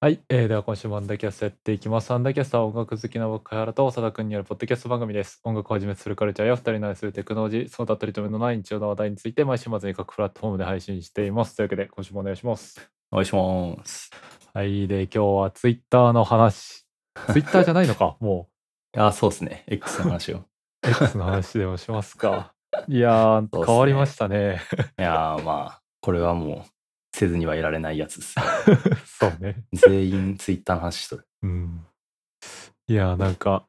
はい、えー、では今週もアンダーキャストやっていきます。アンダーキャストは音楽好きな僕、原と長田君によるポッドキャスト番組です。音楽をはじめとするカルチャーや二人の愛するテクノロジー、その他取り留めのない日常の話題について毎週末に各プラットフォームで配信しています。というわけで今週もお願いします。お願いします。はい、で、今日はツイッターの話。ツイッターじゃないのか、もう。あ、そうですね。X の 話を。 X の話でもしますか。いやー、ね、変わりましたね。いやー、まあ、これはもうせずにはいられないやつです。 そうね。全員ツイッターの話しとる。うん。いや、なんか、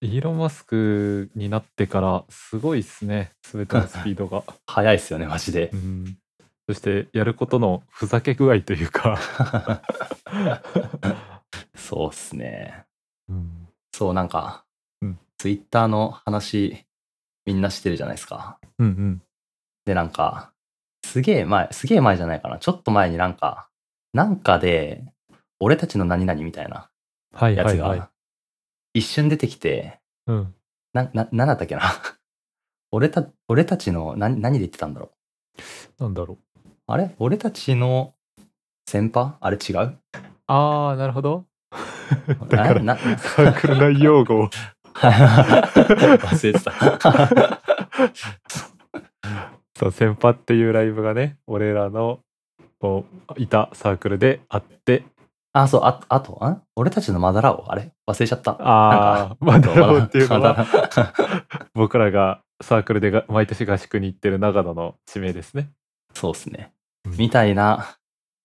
イーロン・マスクになってから、すごいっすね、すべてのスピードが。早いっすよね、マジで。 うん。そして、やることのふざけ具合というかそうっすね。うん、そう、なんか、うん、ツイッターの話、みんなしてるじゃないですか。うんうん。で、なんか、すげえ前、すげえ前じゃないかな。ちょっと前になんか、なんかで、俺たちの何々みたいなやつが、一瞬出てきて、はいはいはい、うん。な、な、なんだったっけな。 俺た、俺たちの何、何で言ってたんだろう。なんだろう。あれ俺たちの先輩あれ違うああ、なるほど。 だから、なサークル内容語を。 忘れてた。そう、先輩っていうライブがね、俺らのこういたサークルであって。 あ、そう、ああと、あ俺たちのマダラオ、あれ忘れちゃった。ああ、マダラオっていうのは、僕らがサークルでが毎年合宿に行ってる長野の地名ですね。 そうですね。みたいな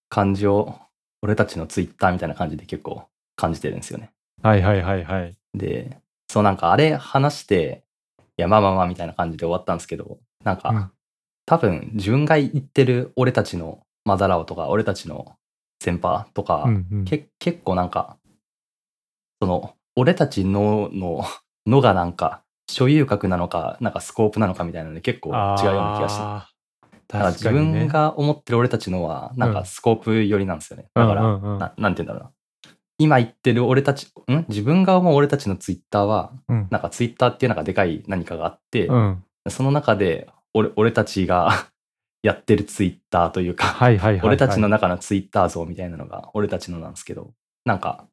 感じを、俺たちのツイッターみたいな感じで結構感じてるんですよね。はいはいはいはい。で、そうなんかあれ話して、いやまあまあまあみたいな感じで終わったんですけど、なんか、うん多分自分が言ってる俺たちのマダラオとか俺たちの先輩とか、うんうん、結構なんかその俺たちのののがなんか所有格なのかなんかスコープなのかみたいなので結構違うような気がしてだから自分が思ってる俺たちのはなんかスコープ寄りなんですよね、、うんだから、うんうんうん、なんて言うんだろうな今言ってる俺たちん自分が思う俺たちのツイッターは、うん、なんかツイッターっていうなんかでかい何かがあって、うん、その中で俺俺たちが やってるツイッターというか、はいはいはいはい、俺たちの中のツイッター像みたいなのが俺たちのなんですけど、なんか、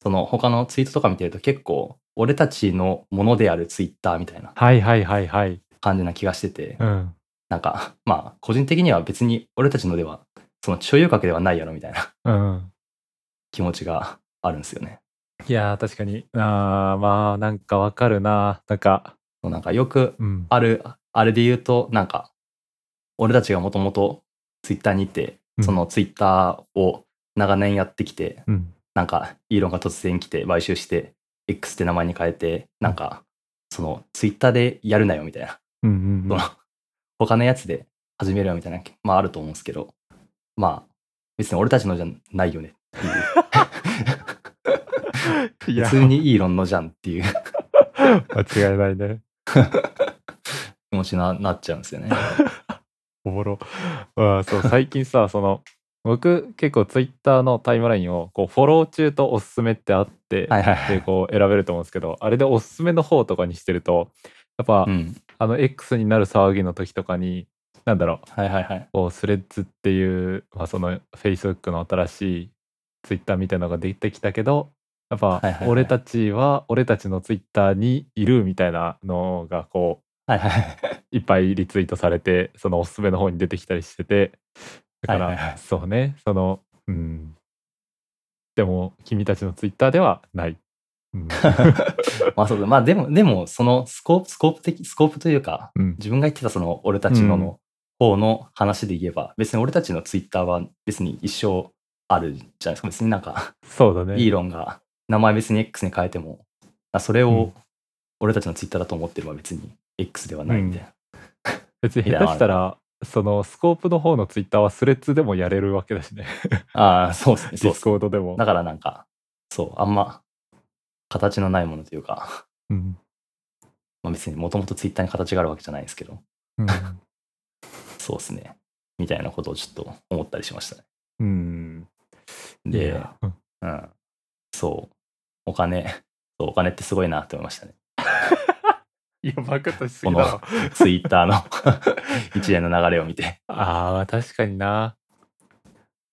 その他のツイートとか見てると結構、俺たちのものであるツイッターみたいな感じな気がしてて、はいはいはいはい、なんか、まあ、個人的には別に俺たちのでは、その所有格ではないやろみたいな、うん、気持ちがあるんですよね。いや確かに、あまあ、なんかわかるな、なんか。なんかよくある、うんあれで言うと、なんか、俺たちがもともとツイッターにいて、うん、そのツイッターを長年やってきて、うん、なんか、イーロンが突然来て、買収して、X って名前に変えて、なんか、そのツイッターでやるなよみたいな、うんうんうん、その他のやつで始めるよみたいな、まああると思うんですけど、まあ、別に俺たちのじゃないよね っていう。普通にイーロンのじゃんっていう間違いないね。気持ちななっちゃうんですよね。おもろ。あそう 最近さその僕結構ツイッターのタイムラインをこうフォロー中とおすすめってあって、はいはいはい、でこう選べると思うんですけどあれでおすすめの方とかにしてるとやっぱ、うん、あの X になる騒ぎの時とかに何だろう,、はいはいはい、こうスレッズっていう、まあ、その Facebook の新しいツイッターみたいなのができてきたけどやっぱ、はいはいはい、俺たちは俺たちのツイッターにいるみたいなのがこうはいはい、いっぱいリツイートされてそのおすすめの方に出てきたりしててだから、はいはいはい、そうねそのうんでも君たちのツイッターではない、うん、 まあそうだまあでもでもそのスコープスコープ的スコープというか、うん、自分が言ってたその俺たちのの方の話で言えば、うん、別に俺たちのツイッターは別に一生あるじゃないですか別になんかそうだ ねイーロンが名前別に X に変えてもそれを俺たちのツイッターだと思ってれば別に X ではないみたいな、うん、別に下手したらそのスコープの方のツイッターはスレッズでもやれるわけだしねああそうですねディスコードでもだからなんかそうあんま形のないものというか、うん、まあ、別にもともとツイッターに形があるわけじゃないですけど、うん、そうですねみたいなことをちょっと思ったりしましたねうんで、うん、うん、そうお金 そうお金ってすごいなって思いましたねいや、バカとしすぎだ ツイッターの一連の流れを見て。ああ、確かにな。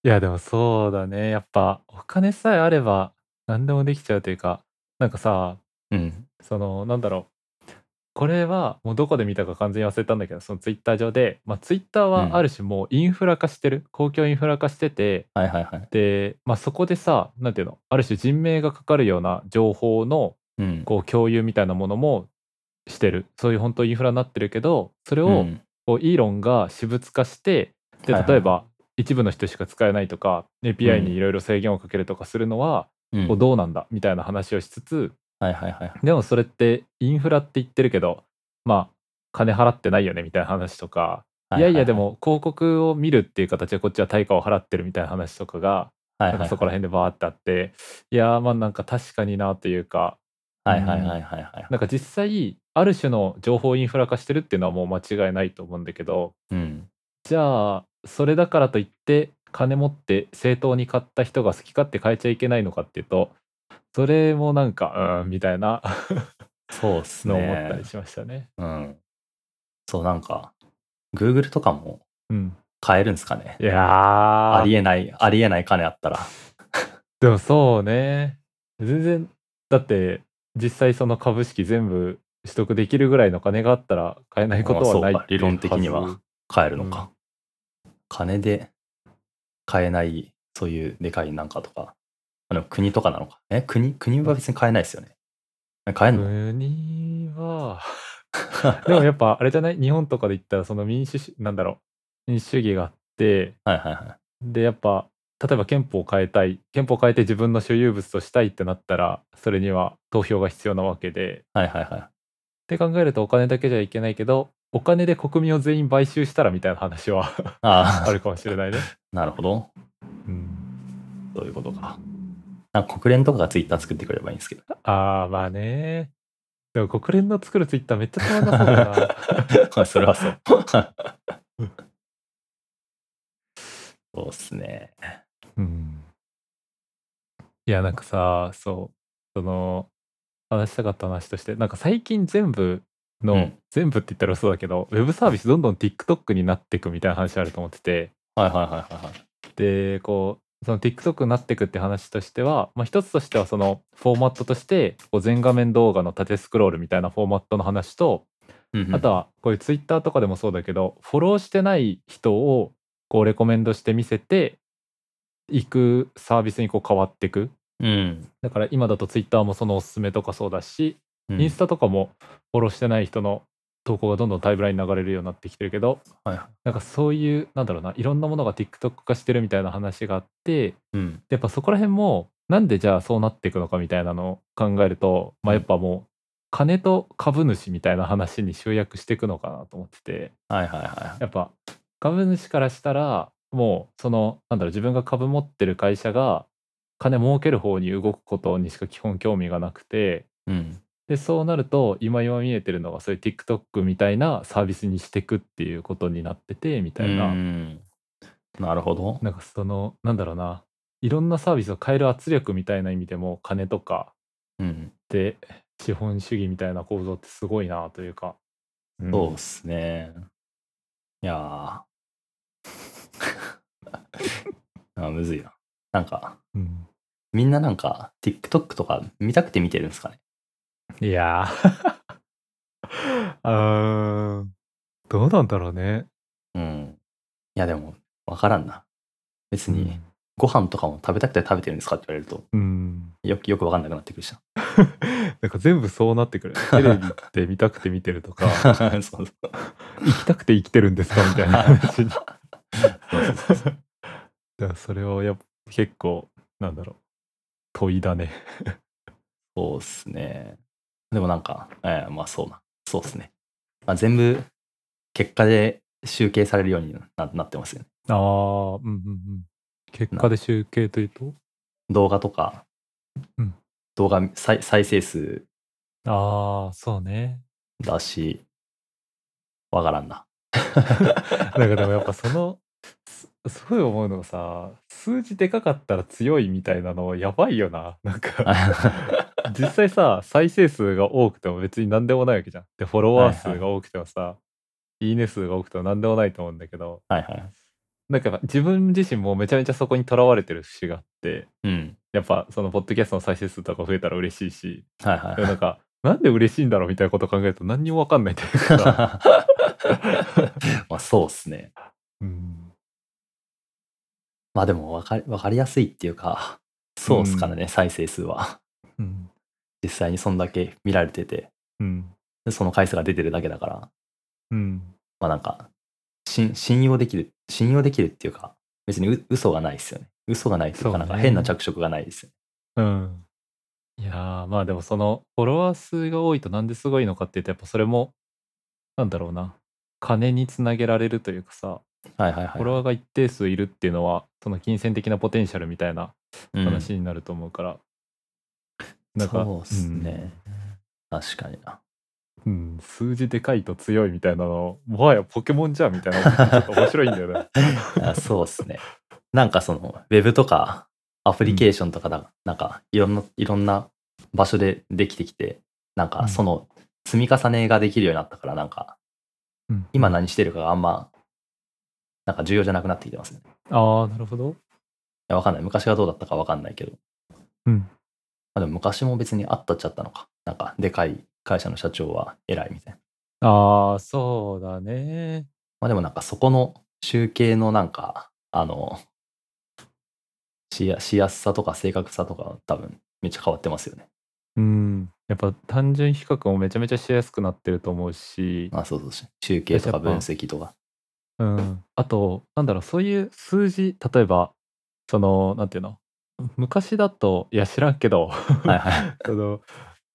いやでもそうだねやっぱお金さえあれば何でもできちゃうというかなんかさうん。そのなんだろうこれはもうどこで見たか完全に忘れたんだけどそのツイッター上で、まあ、ツイッターうんはある種もうインフラ化してる、公共インフラ化しててはいはいはい。で、まあ、そこでさなんていうのある種人命がかかるような情報のうん。こう共有みたいなものもしてるそういう本当インフラになってるけどそれうをんこうイーロンが私物化してではいはい例えば一部の人しか使えないとか API にいろいろ制限をかけるとかするのはうんこうどうなんだみたいな話をしつつはいはいはい。でもそれってインフラって言ってるけどまあ金払ってないよねみたいな話とかいやいやで、も広告を見るっていう形でこっちは対価を払ってるみたいな話とかがはないはんいかはい、そこら辺でバーってあっていやーまあなんか確かになというかはいはいはいはいはい。なんか実際ある種の情報インフラ化してるっていうのはもう間違いないと思うんだけどうん。じゃあそれだからといって金持って正当に買った人が好き勝手買えちゃいけないのかっていうとそれもなんかうーんみたいなそうっすね。のを思ったりしましたね。うん。そうなんか、Google とかもうん、買えるんですかね。いやあーりえない、ありえない金あったら。でもそうね全然だって実際その株式全部取得できるぐらいの金があったら買えないことはないまあそうか理論的には買えるのか。金で買えない、そういうでかいなんかとか。あの国とかなのか。え国国は別に買えないですよね。買えんの、国はでもやっぱあれじゃない日本とかで言ったらその民主主なんだろう民主主義があってはいはいはい。でやっぱ例えば憲法を変えたい憲法を変えて自分の所有物としたいってなったらそれには投票が必要なわけではいはいはい。って考えるとお金だけじゃいけないけどお金で国民を全員買収したらみたいな話はあ あるかもしれないね。あ、なるほど。うん、そういうことか。なんか国連とかがツイッター作ってくれればいいんですけど。 ああまあねでも国連の作るツイッターめっちゃつまんなそうだな。それはそう。 そうっすね。うんいやなんかさそうその話したかった話としてなんか最近全部の、うん全部って言ったらそうだけどウェブサービスどんどん TikTok になっていくみたいな話あると思っててはいはいはいはいはい。でこうその TikTok になっていくって話としては、まあ、一つとしてはそのフォーマットとしてこう全画面動画の縦スクロールみたいなフォーマットの話と、うんうんあとはこういうツイッターとかでもそうだけどフォローしてない人をこうレコメンドして見せていくサービスにこう変わっていくうん。だから今だとツイッターもそのおすすめとかそうだし、うんインスタとかもフォローしてない人の投稿がどんどんタイムラインに流れるようになってきてるけどはいはなんかそういうなんだろうないろんなものが TikTok 化してるみたいな話があってい。うん。やっぱそこら辺もなんでじゃあそうなっていくのかみたいなのを考えると、まあ、やっぱもう金と株主みたいな話に集約していくのかなと思っててはいはいはやっぱ株主からしたらもうそのなんだろう自分が株持ってる会社が金儲ける方に動くことにしか基本興味がなくてい。うん。でそうなると今今見えてるのがそういう TikTok みたいなサービスにしていくっていうことになっててみたいな、うんなるほど。なんかそのなんだろうないろんなサービスを変える圧力みたいな意味でも金とかうん。で資本主義みたいな構造ってすごいなというか、うんそうっすね。いやー。 あーむずいな。なんか、うんみんななんか、TikTok とか見たくて見てるんですかね。いやー あーどうなんだろうねうん。いや、でも、わからんな。別に、ご飯とかも食べたくて食べてるんですかって言われると、うんよく、よくわかんなくなってくるしなんか全部そうなって くるテレビって見たくて見てると かな。 そうそうそう生きたくて生きてるんですかみたい な話にそうそうそう。だからそれをやっぱ結構なんだろう問いだねそうっすね。でもなんか、えーまあそうな。そうっすね。まあ、全部、結果で集計されるようにななってますよね。ああうんうんうん結果で集計というと動画とか、うん動画再再生数ああそうね だし、わからんな。 なんかでもやっぱそのすすごい思うのがさ数字でかかったら強いみたいなのやばいよな なん か実際さ再生数が多くても別に何でもないわけじゃんでフォロワー数が多くてもさ、いいね数が多くても何でもないと思うんだけどはいはい。なんかやっぱ自分自身もめちゃめちゃそこにとらわれてる節があって、うん。やっぱそのポッドキャストの再生数とか増えたら嬉しいし、はいはいで もなんか、なんで嬉しいんだろうみたいなことを考えると何にもわかんないという か。はい。まあそうっすね。うんまあでも分かり分かりやすいっていうか、そうっすからね、再生数は。うん実際にそんだけ見られてて、うんでその回数が出てるだけだから、うんまあなんか、し信用できる、信用できるっていうか、別にう嘘がないですよね。嘘がないっていうそうか、ねなんか変な着色がないですよね。うんいやーまあでもそのフォロワー数が多いとなんですごいのかっていうとやっぱそれもなんだろうな金につなげられるというかさはいはいはい。フォロワーが一定数いるっていうのはその金銭的なポテンシャルみたいなうん話になると思うから、そうっすね。確かにな。うん、数字でかいと強いみたいなのもはやポケモンじゃんみたいなのちょっと面白いんだよねあそうっすね。 なんかその、ウェブとか、アプリケーションとかだ、なんか、いろんな、いろんな場所でできてきて、なんうか、んその、積み重ねができるようになったから、なんか、うん今何してるかがあんま、なんか重要じゃなくなってきてますね。い ああなるほどや、わかんない。昔がどうだったかわかんないけど。うんまあでも昔も別にあったっちゃったのか。なんか、でかい会社の社長は偉いみたいな。ああそうだねまあでもなんか、そこの集計のなんか、あの、しやしやすさとか正確さとかは多分めっちゃ変わってますよね。うんやっぱ単純比較もめちゃめちゃしやすくなってると思うし、あそうそうそう。集計とやかっぱ分析とか。うん、あとなんだろうそういう数字例えばそのなんていうの昔だといや知らんけどはいはい。 その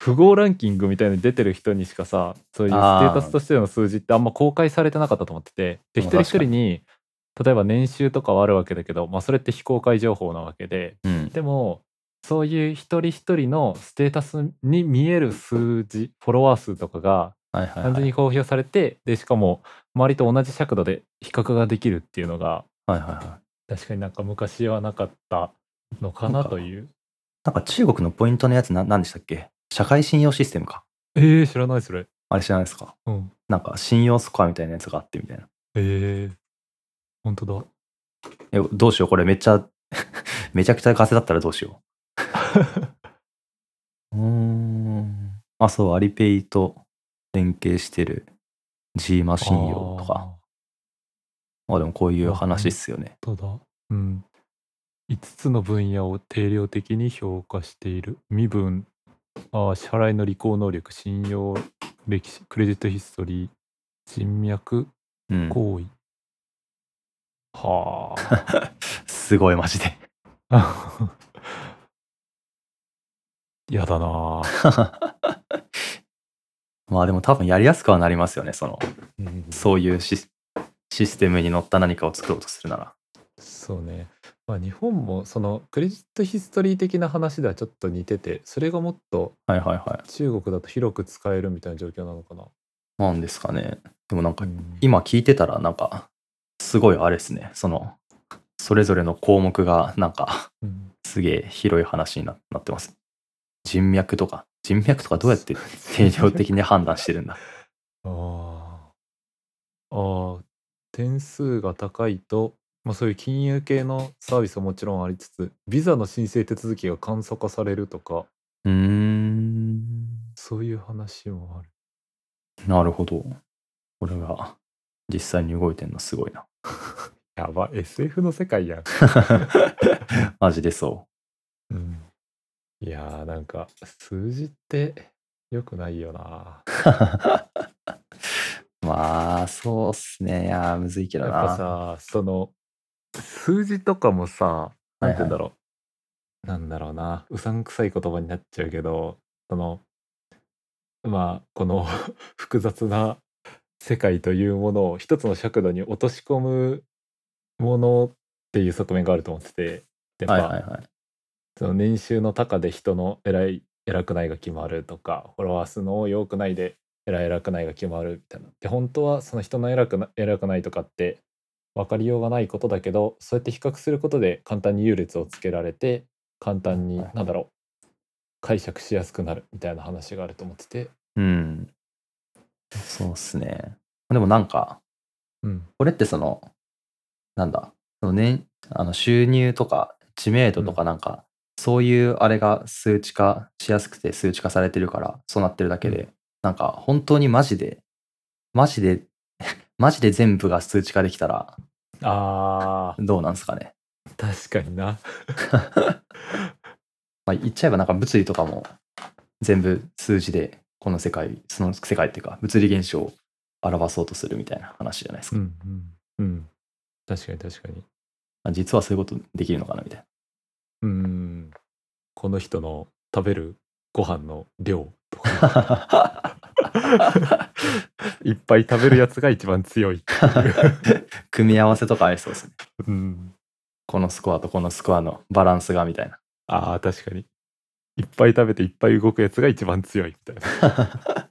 富豪ランキングみたいに出てる人にしかさそういうステータスとしての数字ってあんま公開されてなかったと思っててで一まあ人一人確かにに例えば年収とかはあるわけだけど、まあ、それって非公開情報なわけでうん。でもそういう一人一人のステータスに見える数字フォロワー数とかがはいはい、単純に公表されてでしかも周りと同じ尺度で比較ができるっていうのがはいはいはい。確かになんか昔はなかったのかなというなんか中国のポイントのやつな何でしたっけ社会信用システムか。えー、知らないそれあれ知らないですかうんなんか信用スコアみたいなやつがあってみたいな。えー、本当だえ、どうしようこれめっちゃ、 めちゃくちゃガセだったらどうしよ う。うーん。あ、そう、アリペイと連携してる G マ信用とか。まあでもこういう話っすよね。あー本当だうん5つの分野を定量的に評価している身分あー支払いの履行能力信用歴史クレジットヒストリー人脈うん。行為、はあすごいマジで。 やだなぁ、まあでも多分やりやすくはなりますよね。その、そういうシスシステムに乗った何かを作ろうとするなら。そうね、まあ、日本もそのクレジットヒストリー的な話ではちょっと似ててそれがもっとはいはいは中国だと広く使えるみたいな状況なのかな、い。なんですかね。でもなんかうん今聞いてたらなんか、すごいあれですね。その、それぞれの項目がなんか、うんすげえ広い話にななってます。人脈とか、人脈とかどうやって定量的に判断してるんだ。 あーあー点数が高いと、まあ、そういう金融系のサービスはもちろんありつつビザの申請手続きが簡素化されるとかうーん。そういう話もあるなるほど。これが実際に動いてんのすご いな。やば SF の世界やんマジでそうんいやーなんか数字って良くないよなう。まあ、そうっすね。いやー、むずいけどやっな。ぱさその数字とかもさはいは何いて言うんだろう、なんだろうなうさんくさい言葉になっちゃうけどそのまあこの 複雑な世界というものを一つの尺度に落とし込むものっていう側面があると思っててやっぱ、はいはいはい。その年収の高で人の偉い偉くないが決まるとかフォロワー数の多い多くないで偉い偉くないが決まるみたいなで本当はその人の偉くな偉くないとかって分かりようがないことだけどそうやって比較することで簡単に優劣をつけられて簡単になんだろう解釈しやすくなるみたいな話があると思っててうん。そうっすね。でもなんか、うんこれってその、なんだ、そのね、あの収入とか知名度とかなんか、そういうあれが数値化しやすくて数値化されてるからそうなってるだけで、なんか本当にマジでマジで マジで全部が数値化できたらああ、どうなんですかね。 確かにな。まあ、言っちゃえばなんか物理とかも全部数字でこの世界その世界っていうか物理現象を表そうとするみたいな話じゃないですかう、んうん。うん。確かに確かに。あ実はそういうことできるのかなみた いなうん。この人の食べるご飯の量とか。いっぱい食べるやつが一番強い。組み合わせとかありそうですねうん。このスコアとこのスコアのバランスがみたいなああ、確かに。いっぱい食べていっぱい動くやつが一番強いみたいな。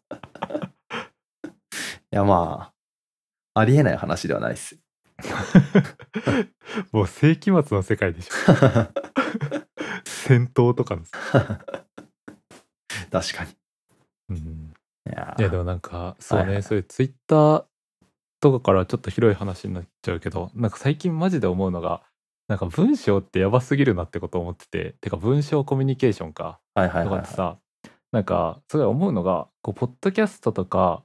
いやまあありえない話ではないですもう世紀末の世界 でしょ。戦闘とかのさ。確かにうん。いやいやでもなんかそうね、はいはいそういうツイッターとかからちょっと広い話になっちゃうけどなんか最近マジで思うのがなんか文章ってやばすぎるなってことを思ってててか文章コミュニケーションかはいはいとはかいってさ、なんかすごい思うのがこうポッドキャストとか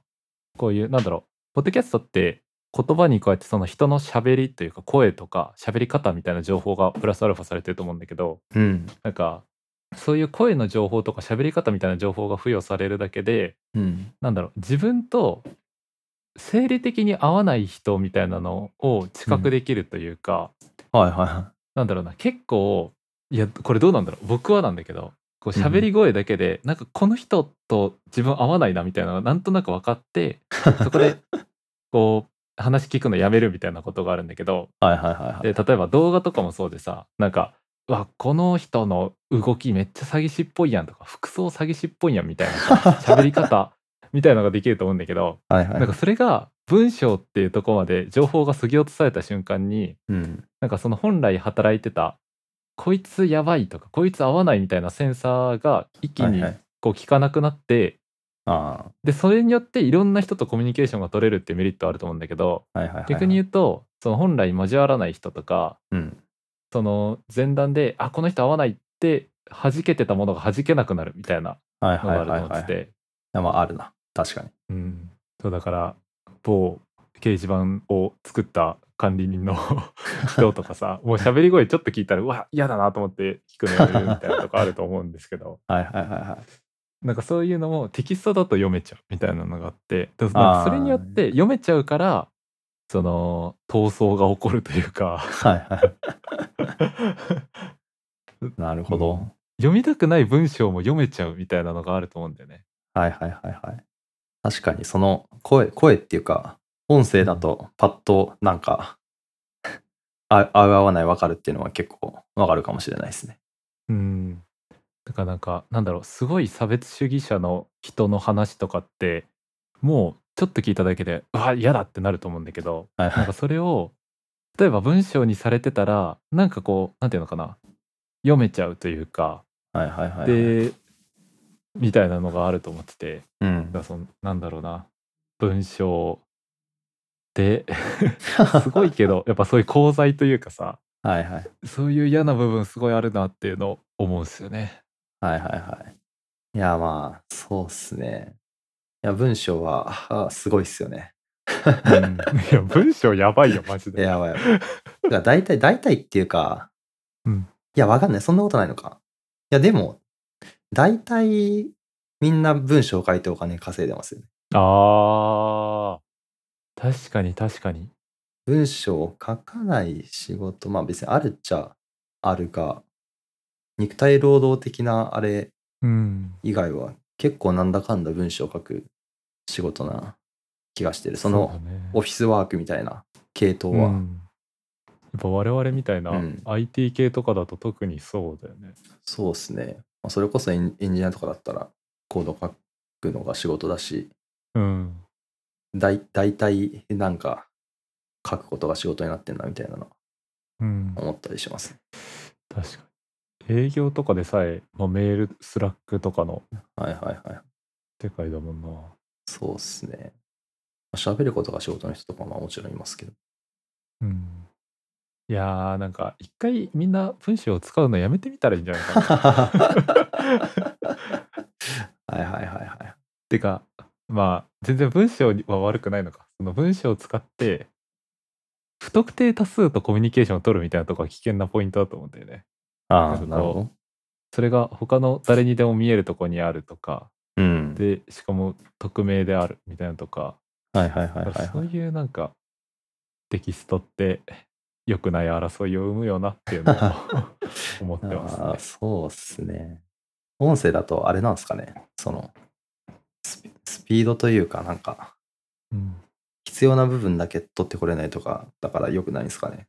こういうなんだろうポッドキャストって言葉に加えてその人の喋りというか声とか喋り方みたいな情報がプラスアルファされてると思うんだけど、うんなんかそういう声の情報とか喋り方みたいな情報が付与されるだけでうんなんだろう自分と生理的に合わない人みたいなのを知覚できるというか、はいはいはいなんだろうな結構いやこれどうなんだろう僕はなんだけどこう喋り声だけで、なんかこの人と自分合わないなみたいなのがなんとなく分かってそこでこう話聞くのやめるみたいなことがあるんだけど、はいはい はいはいで例えば動画とかもそうでさなんか「わこの人の動きめっちゃ詐欺師っぽいやん」とか「服装詐欺師っぽいやん」みたいなさ喋り方みたいなのができると思うんだけどはいはいなんかそれが文章っていうところまで情報が削ぎ落とされた瞬間にうんなんかその本来働いてた「こいつやばい」とか「こいつ合わない」みたいなセンサーが一気はいにはいこう効かなくなって、あでそれによっていろんな人とコミュニケーションが取れるっていうメリットはあると思うんだけどあはいはいはいはい逆に言うとその本来交わらない人とかうんその前段で「あこの人合わない」って弾けてたものが弾けなくなるみたいなはいのはがあるいはいと思はっいてていやまああるな確かにうんそうだから某掲示板を作った管理人の 人とかさもう喋り声ちょっと聞いたらうわ嫌だなと思って聞くのやめるみたいなとこあると思うんですけどはいはいはいはいなんかそういうのもテキストだと読めちゃうみたいなのがあってだからなんかそれによって読めちゃうからその闘争が起こるというか はいはいなるほど、うん読みたくない文章も読めちゃうみたいなのがあると思うんだよね。はいはいはいはい確かにその声声っていうか音声だとパッとなんかあ合う合わない分かるっていうのは結構分かるかもしれないですねうん。だからなんかなんだろうすごい差別主義者の人の話とかってもうちょっと聞いただけでうわ嫌だってなると思うんだけどはいなはんいかそれを例えば文章にされてたらなんかこうなんていうのかな読めちゃうというかはいはいはいはいでみたいなのがあると思っててうんだからそのなんだろうな文章で すごいけどやっぱそういう功罪というかさはいはいそういう嫌な部分すごいあるなっていうのを思うんですよね。はいはいはいいやまあそうっすねいや文章はあすごいっすよねうんいや文章やばいよマジいで。やばいやばいだから大体大体っていうか、うんいやわかんないそんなことないのかいやでも大体みんな文章を書いてお金稼いでますよねあー確かに確かに。文章を書かない仕事まあ別にあるっちゃあるが肉体労働的なあれうん。以外は結構なんだかんだ文章を書く仕事な気がしてるそのうだねオフィスワークみたいな系統うはんやっぱ我々みたいなうん IT 系とかだと特にそうだよね。そうっすねまあそれこそエンエンジニアとかだったらコード書くのが仕事だしうん。だい大体なんか書くことが仕事になってんなみたいなのうん、思ったりします確かに。営業とかでさえ、まあ、メールスラックとかのはいはいはい世界だもんな。そうっすね まあ喋ることが仕事の人とかもまあもちろんいますけどうん。いやーなんか一回みんな文章を使うのやめてみたらいいんじゃないかな。はいはいはいはい。てかまあ全然文章は悪くないのかその文章を使って不特定多数とコミュニケーションを取るみたいなとこは危険なポイントだと思うんだよね。なあるあ、ほどなるほど。それが他の誰にでも見えるとこにあるとかうん。でしかも匿名であるみたいなとかはいはいはいはいそはうい。いうなんかテキストって良くない争いを生むよなってい うのを思ってますあねあ、。そうっすね。音声だとあれなんですかね。そのスピ、スピードというか、なんか、うん必要な部分だけ取ってこれないとか、だから良くないんですかね。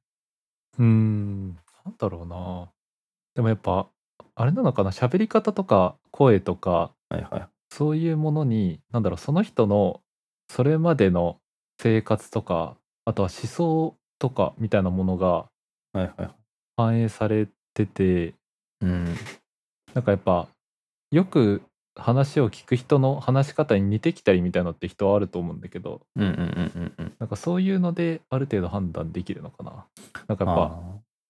うーん、なんだろうな。でもやっぱ、あれなのかな、喋り方とか声とか、はいはい。そういうものに、なんだろう、その人のそれまでの生活とか、あとは思想とかみたいなものがはいはいはい。反映されてて、うん。なんかやっぱ、よく話を聞く人の話し方に似てきたりみたいなのって人はあると思うんだけど、うんうんうんうんうん。なんかそういうのである程度判断できるのかな。なんかやっぱ、あ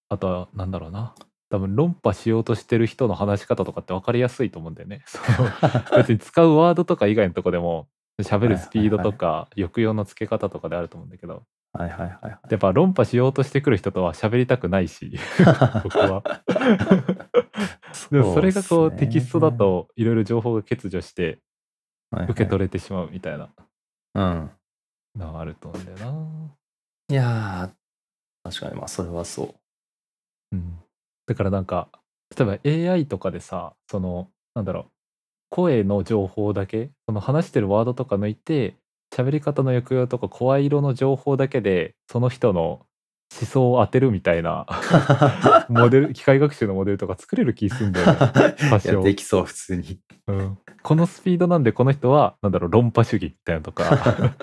あとは、なんだろうな。多分論破しようとしてる人の話し方とかって分かりやすいと思うんだ よね。そのあ別に使うワードとか以外のとこでも、喋るスピードとか、抑揚のつけ方とかであると思うんだけど、はいはいはいはい。やっぱ論破しようとしてくる人とは喋りたくない し、僕は。でもそれがこうテキストだといろいろ情報が欠如して受けれ取れてしまうみたいなうん。のがあると思うんだよな。いやー、確かにまあそれは そう。うん、だからなんか例えば AI とかでさそのなんだろう声の情報だけその話してるワードとか抜いて喋り方の抑揚とか声色の情報だけでその人の思想を当てるみたい なモデル機械学習のモデルとか作れる気すんだよね、多 いや少できそう、普通に。うん、このスピードなんでこの人はなんだろう論破主義みたいなと か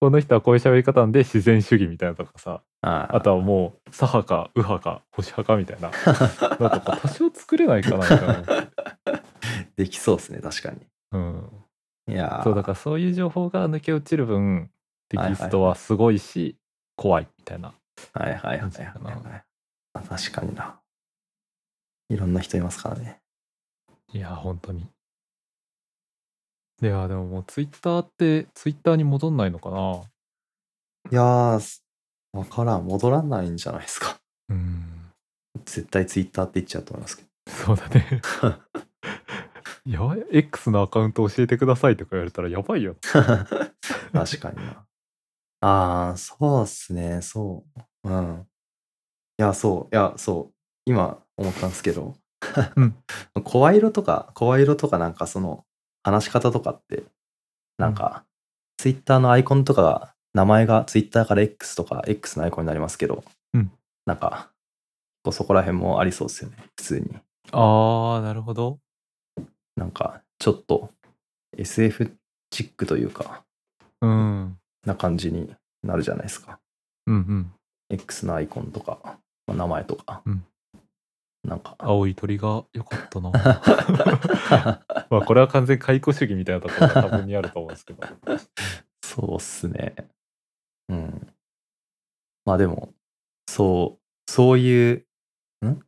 この人はこういう喋り方なんで自然主義みたいなとかさあーあとはもう左派か右派か保守派かみた いななんかこう多少作れないかなみたいな、できそうですね、確かに。うん、いやーそうだからそういう情報が抜け落ちる分テキストはすごいし怖いみたいなはいはいはいはいそうだはい。あ確かにな。いろんな人いますからね。いや本当にいやでももうツイッターってツイッターに戻んないのかないやー、すわからん、戻らないんじゃないですか。うん絶対ツイッターって言っちゃうと思いますけそど。うだ ねやばい X のアカウント教えてくださいとか言われたらやばいよ確かにな。ああ、そうっすね、そう。うん。いや、そう、いや、そう。今思ったんですけど、うん 声色とか、声色とかなんかその話し方とかって、なんか、ツイッターのアイコンとかが、名前がツイッターから X とか X のアイコンになりますけど、うんなんか、こうそこら辺もありそうですよね、普通に。ああなるほどなんか、ちょっと SF チックというか、うんな感じになるじゃないですか。うんうん X のアイコンとか、まあ名前とか、うんなんか。 青い鳥が良かったなそ まあこれは完全に解雇主義みたいなところが多分にあると思うんですけどうっすね。うん。まあでも、そう、そういう、ん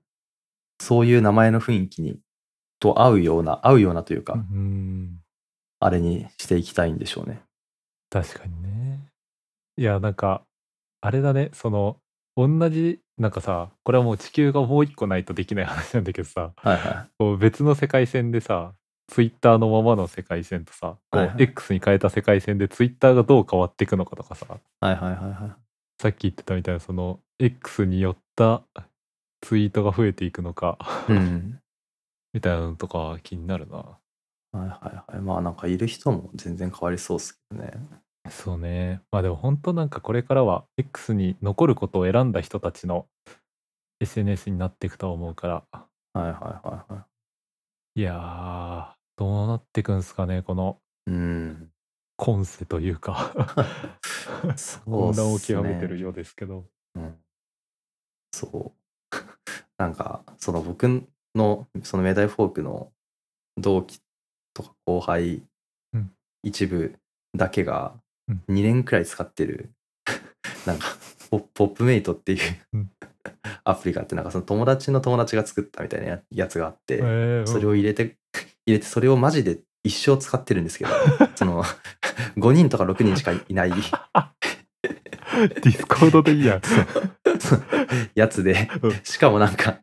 そういう名前の雰囲気に、と合うような、合うようなというか、 うんあれにしていきたいんでしょうね。確かにねいやなんかあれだねその同じなんかさこれはもう地球がもう一個ないとできない話なんだけどさはいはこう別の世界線でさツイッターのままの世界線とさこはいうはい X に変えた世界線でツイッターがどう変わっていくのかとかさい。はいはいはいはい。さっき言ってたみたいなその X によったツイートが増えていくのかうん。みたいなのとか気になるな。はいはいはい。まあなんかいる人も全然変わりそうっすけどね。そうね。まあでも本当なんかこれからは X に残ることを選んだ人たちの SNS になっていくとは思うから。はいはいはいはいやー、どうなっていくんすかね、このい。うん。今世というか。そう混っすね。乱を極めてるようですけど。うんそう。 なんか、その僕の、その明大フォークの同期とか後輩うん、一部だけがうん 2年くらい使ってる、なんかポ、ポップメイトっていううん アプリがあって、なんかその友達の友達が作ったみたいなややつがあって、えーそれを入れて、 入れて、それをマジで一生使ってるんですけど、その、5人とか6人しかいないディスコードでい いやん。やつでうん、 しかもなんか、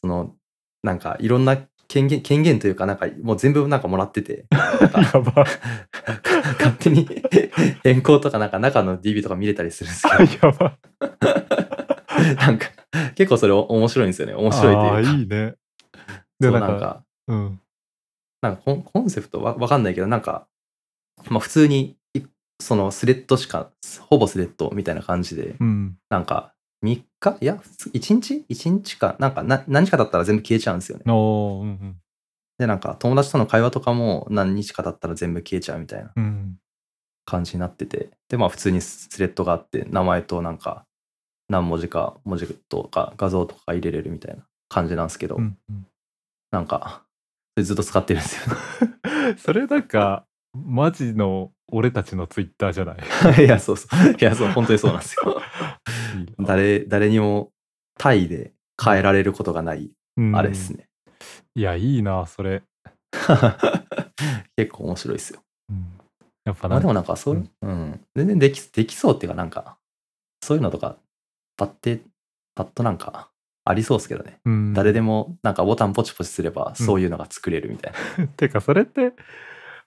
その、なんかいろんな権限、権限というか、なんかもう全部なんかもらってて、やば。勝手に 変更とかなんか中の DB とか見れたりするんですけやば。ど、なんか結構それ面白いんですよね。面白いというか。あーいいね。そで、うななんんか、か、うん。なんかコンコンセプトわわかんないけど、なんか、まあ普通に、いそのスレッドしか、ほぼスレッドみたいな感じで、うん。なんか3日いや、1日 ?1 日か、なんかな何日かだったら全部消えちゃうんですよね。おー、うんで、なんか友達との会話とかも何日かだったら全部消えちゃうみたいなうん。うん。感じになってて、で、まあ普通にスレッドがあって、名前となんか何文字か文字とか画像とか入れれるみたいな感じなんですけど、うんうんなんか、それずっと使ってるんですよ。 それなんか、マジの俺たちのツイッターじゃない いや、そうそう。いや、そう、本当にそうなんで すよ。誰、誰にも単位で変えられることがない、うんあれですね。いや、いいな、それ。結構面白いですよ。うんやっぱなまあんでかもなんかそうれん、うん、全然できできそうっていうかなんか、そういうのとか、パッて、パッとなんか、ありそうですけどね。うん誰でもなんかボタンポチポチすればそういうのが作れるみたいな。てかそれって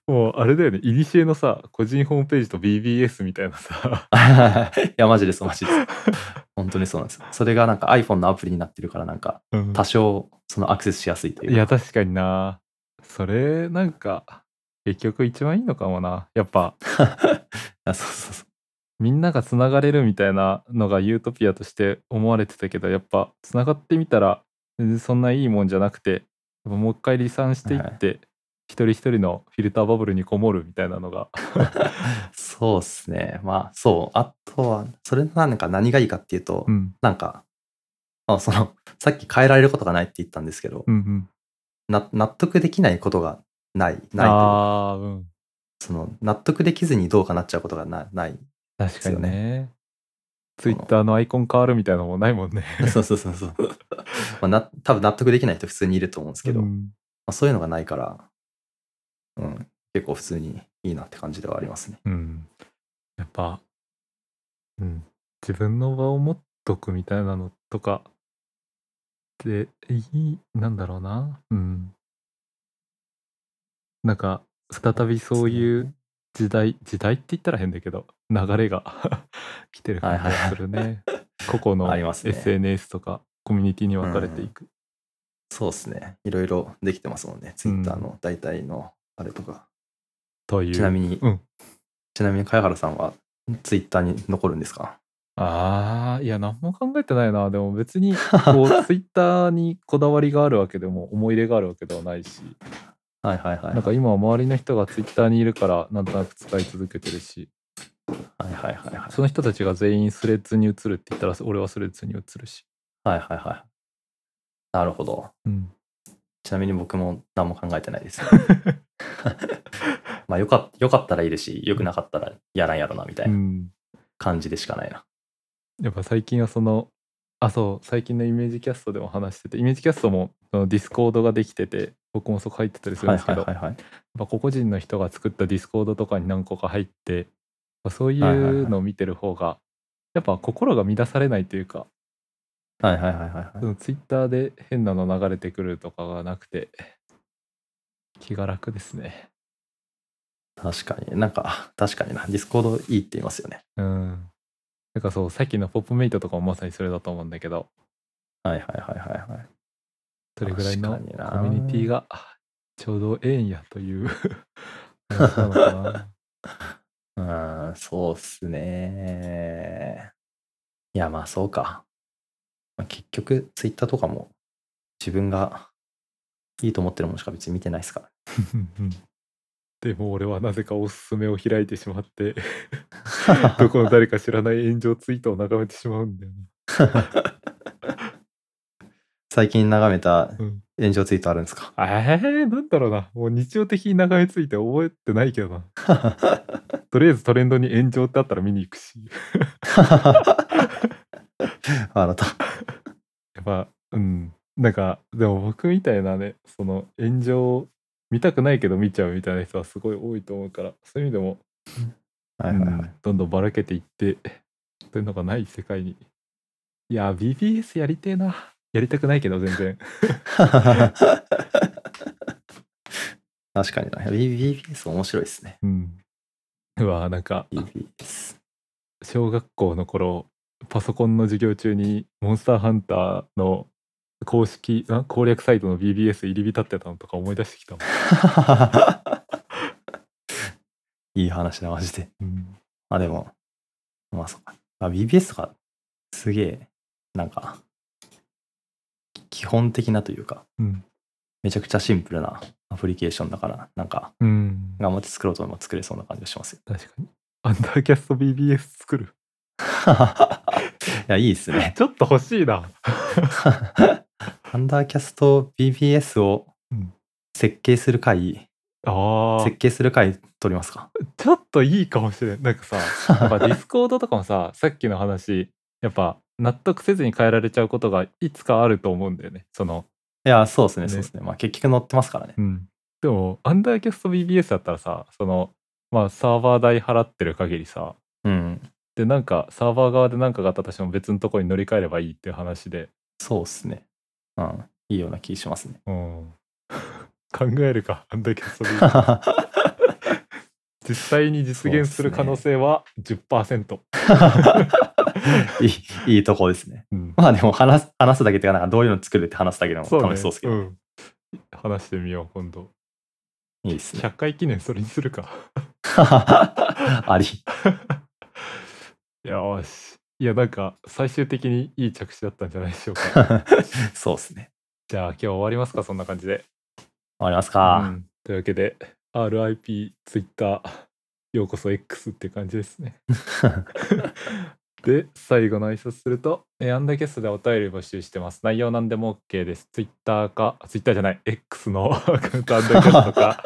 もうあれだよねいにしえのさ個人ホームページと BBS みたいなさ いや、マジです、マ ジです。本当にそうなんです。それがなんか iPhone のアプリになってるからなんか、うん多少そのアクセスしやすいといういか。や確かになそれなんか結局一番いいのかもなやっぱあ そうそうそう。みんながつながれるみたいなのがユートピアとして思われてたけどやっぱつながってみたら全然そんないいもんじゃなくてやっぱもう一回離散していって、一人一人のフィルターバブルにこもるみたいなのがそうっすね。まあ、そう。あとは、それのなんか何がいいかっていうと、うんなんか、あその、さっき変えられることがないって言ったんですけど、うんうんな納得できないことがない。ないというかああうんその納得できずにどうかなっちゃうことがなない。 確かにですよね。ツイッターのアイコン変わるみたいなのもないもんね。そうそうそうそう。まあ、な多分納得できない人普通にいると思うんですけど、うまんあ、そういうのがないから、うん、結構普通にいいなって感じではありますね。うんやっぱ、うん、自分の場を持っとくみたいなのとかでいいなんだろうなうんなんか再びそういう時代時代って言ったら変だけど流れが 来てる感じがするね、個々ありのますね SNS とかコミュニティに分かれていく、そうですね。いろいろできてますもんね。ツイッターの大体のあれとか。というちなみに、うんちなみに、貝原さんはツイッターに残るんで すかああ、いや、何も考えてないな。でも別に、こう、ツイッターにこだわりがあるわけでも、思い入れがあるわけではないし、はいはいはい。なんか今は周りの人がツイッターにいるから、なんとなく使い続けてるし、はいはいはいはい。その人たちが全員スレッズに移るって言ったら、俺はスレッズに移るし。はいはいはい。なるほど。うん。ちなみに僕も何も考えてな いです。まあよかっよかったらいるし、よくなかったらやらんやろなみたう。いなん感じでしかないな。やっぱ最近はその、あ、そう、最近のイメージキャストでも話してて、イメージキャストもそのディスコードができてて、僕もそこ入ってたりするんはいですけはいどは、いはい。まあ、個々人の人が作ったディスコードとかに何個か入って、まあそういはいはいはういのを見てる方が、やっぱ心が乱されないというか、はいはいはいはいはい。ツイッターで変なの流れてくるとかがなくて、気が楽ですね。確かに、なんか、確かにな。ディスコードいいって言いますよね。うん。なんかそう、さっきのポップメイトとかもまさにそれだと思うんだけど、はいはいはいはいはい。それぐらいのコ確ミかになュニティがちょうどええんやという話なのかな。 うーん、そうっすね。いや、まあそうか。まあ、結局、ツイッターとかも自分がいいと思ってるものしか別に見てないですから。でも俺はなぜかおすすめを開いてしま って どこの誰か知らない炎上ツイートを眺めてしまうんだよ最近眺めたな。うん、炎上ツイートあるんですか えー、なんだろうな。もう日常的に眺めついて覚えてないけどな。とりあえずトレンドに 炎上ってあったら見に行くし。笑った。っぱうんなんかでも僕みたいなねその炎上を見たくないけど見ちゃうみたいな人はすごい多いと思うからそういう意味でも、はいはいはうい。んどんどんばらけていってそういうのがない世界にいや BBS やりてえなやりたくないけど全然 確かにな。BBS 面白いですね。うん うわなんか BBS。小学校の頃パソコンの授業中にモンスターハンターの公式ん攻略サイトの BBS 入り浸ってたのとか思い出してきたもん いい話だ、マジで。うんまあでも、まあそうか。まあ、BBS とか、すげえ、なんか、基本的なというか、うんめちゃくちゃシンプルなアプリケーションだから、なんか、うん頑張って作ろうと思えば作れそうな感じがしますよ。 確かにアンダーキャスト BBS 作るいや、いいですね。ちょっと欲しいなアンダーキャスト BBS をうん設計する会、あー設計する会取りますか ちょっといいかもしれんなんかさやっぱディスコードとかもささっきの話やっぱ納得せずに変えられちゃうことがいつかあると思うんだよねそのいや、そうですね、ねそうですね。まあ結局載ってますからね。うん、でもアンダーキャスト BBS だったらさそのまあサーバー代払ってる限りさうん。でなんかサーバー側で何かがあったとしても別のとこに乗り換えればいいっていう話で、そうですね。うん。いいような気しますね。うん、 考えるかアンダーキャスト BBS 確 実際に実現する可能性は10% いいいいとこですね。うんまあでも話す話すだけっていうか、なんかどういうの作るって話すだけでもそうね楽しそうですけど、ん話してみよう今度いいですね。 100回記念それにするかあり。よーしいやなんか最終的にいい着手だったんじゃないでしょう かそうですね。じゃあ今日終わりますかそんな感じで終わりますうか。んというわけで RIP Twitter ようこそ X って感じですねで最後の挨拶するとえーアンダーキャストでお便り募集してます内容なんでも OK です Twitter か Twitter じゃない X の アカウントアンダーキャストか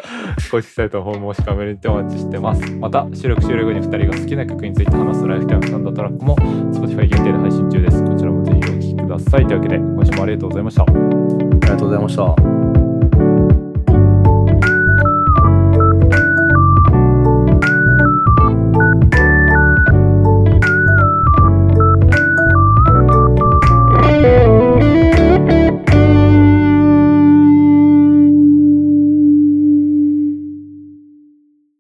公式サイトの訪問しかメールでお待ちしてますまた収録終了後に2人が好きな曲について話すライフタイムサンドトラックも Spotify 限定で配信中ですこちらもぜひお聴きくださいというわけで今週もありがとうございましたありがとうございました。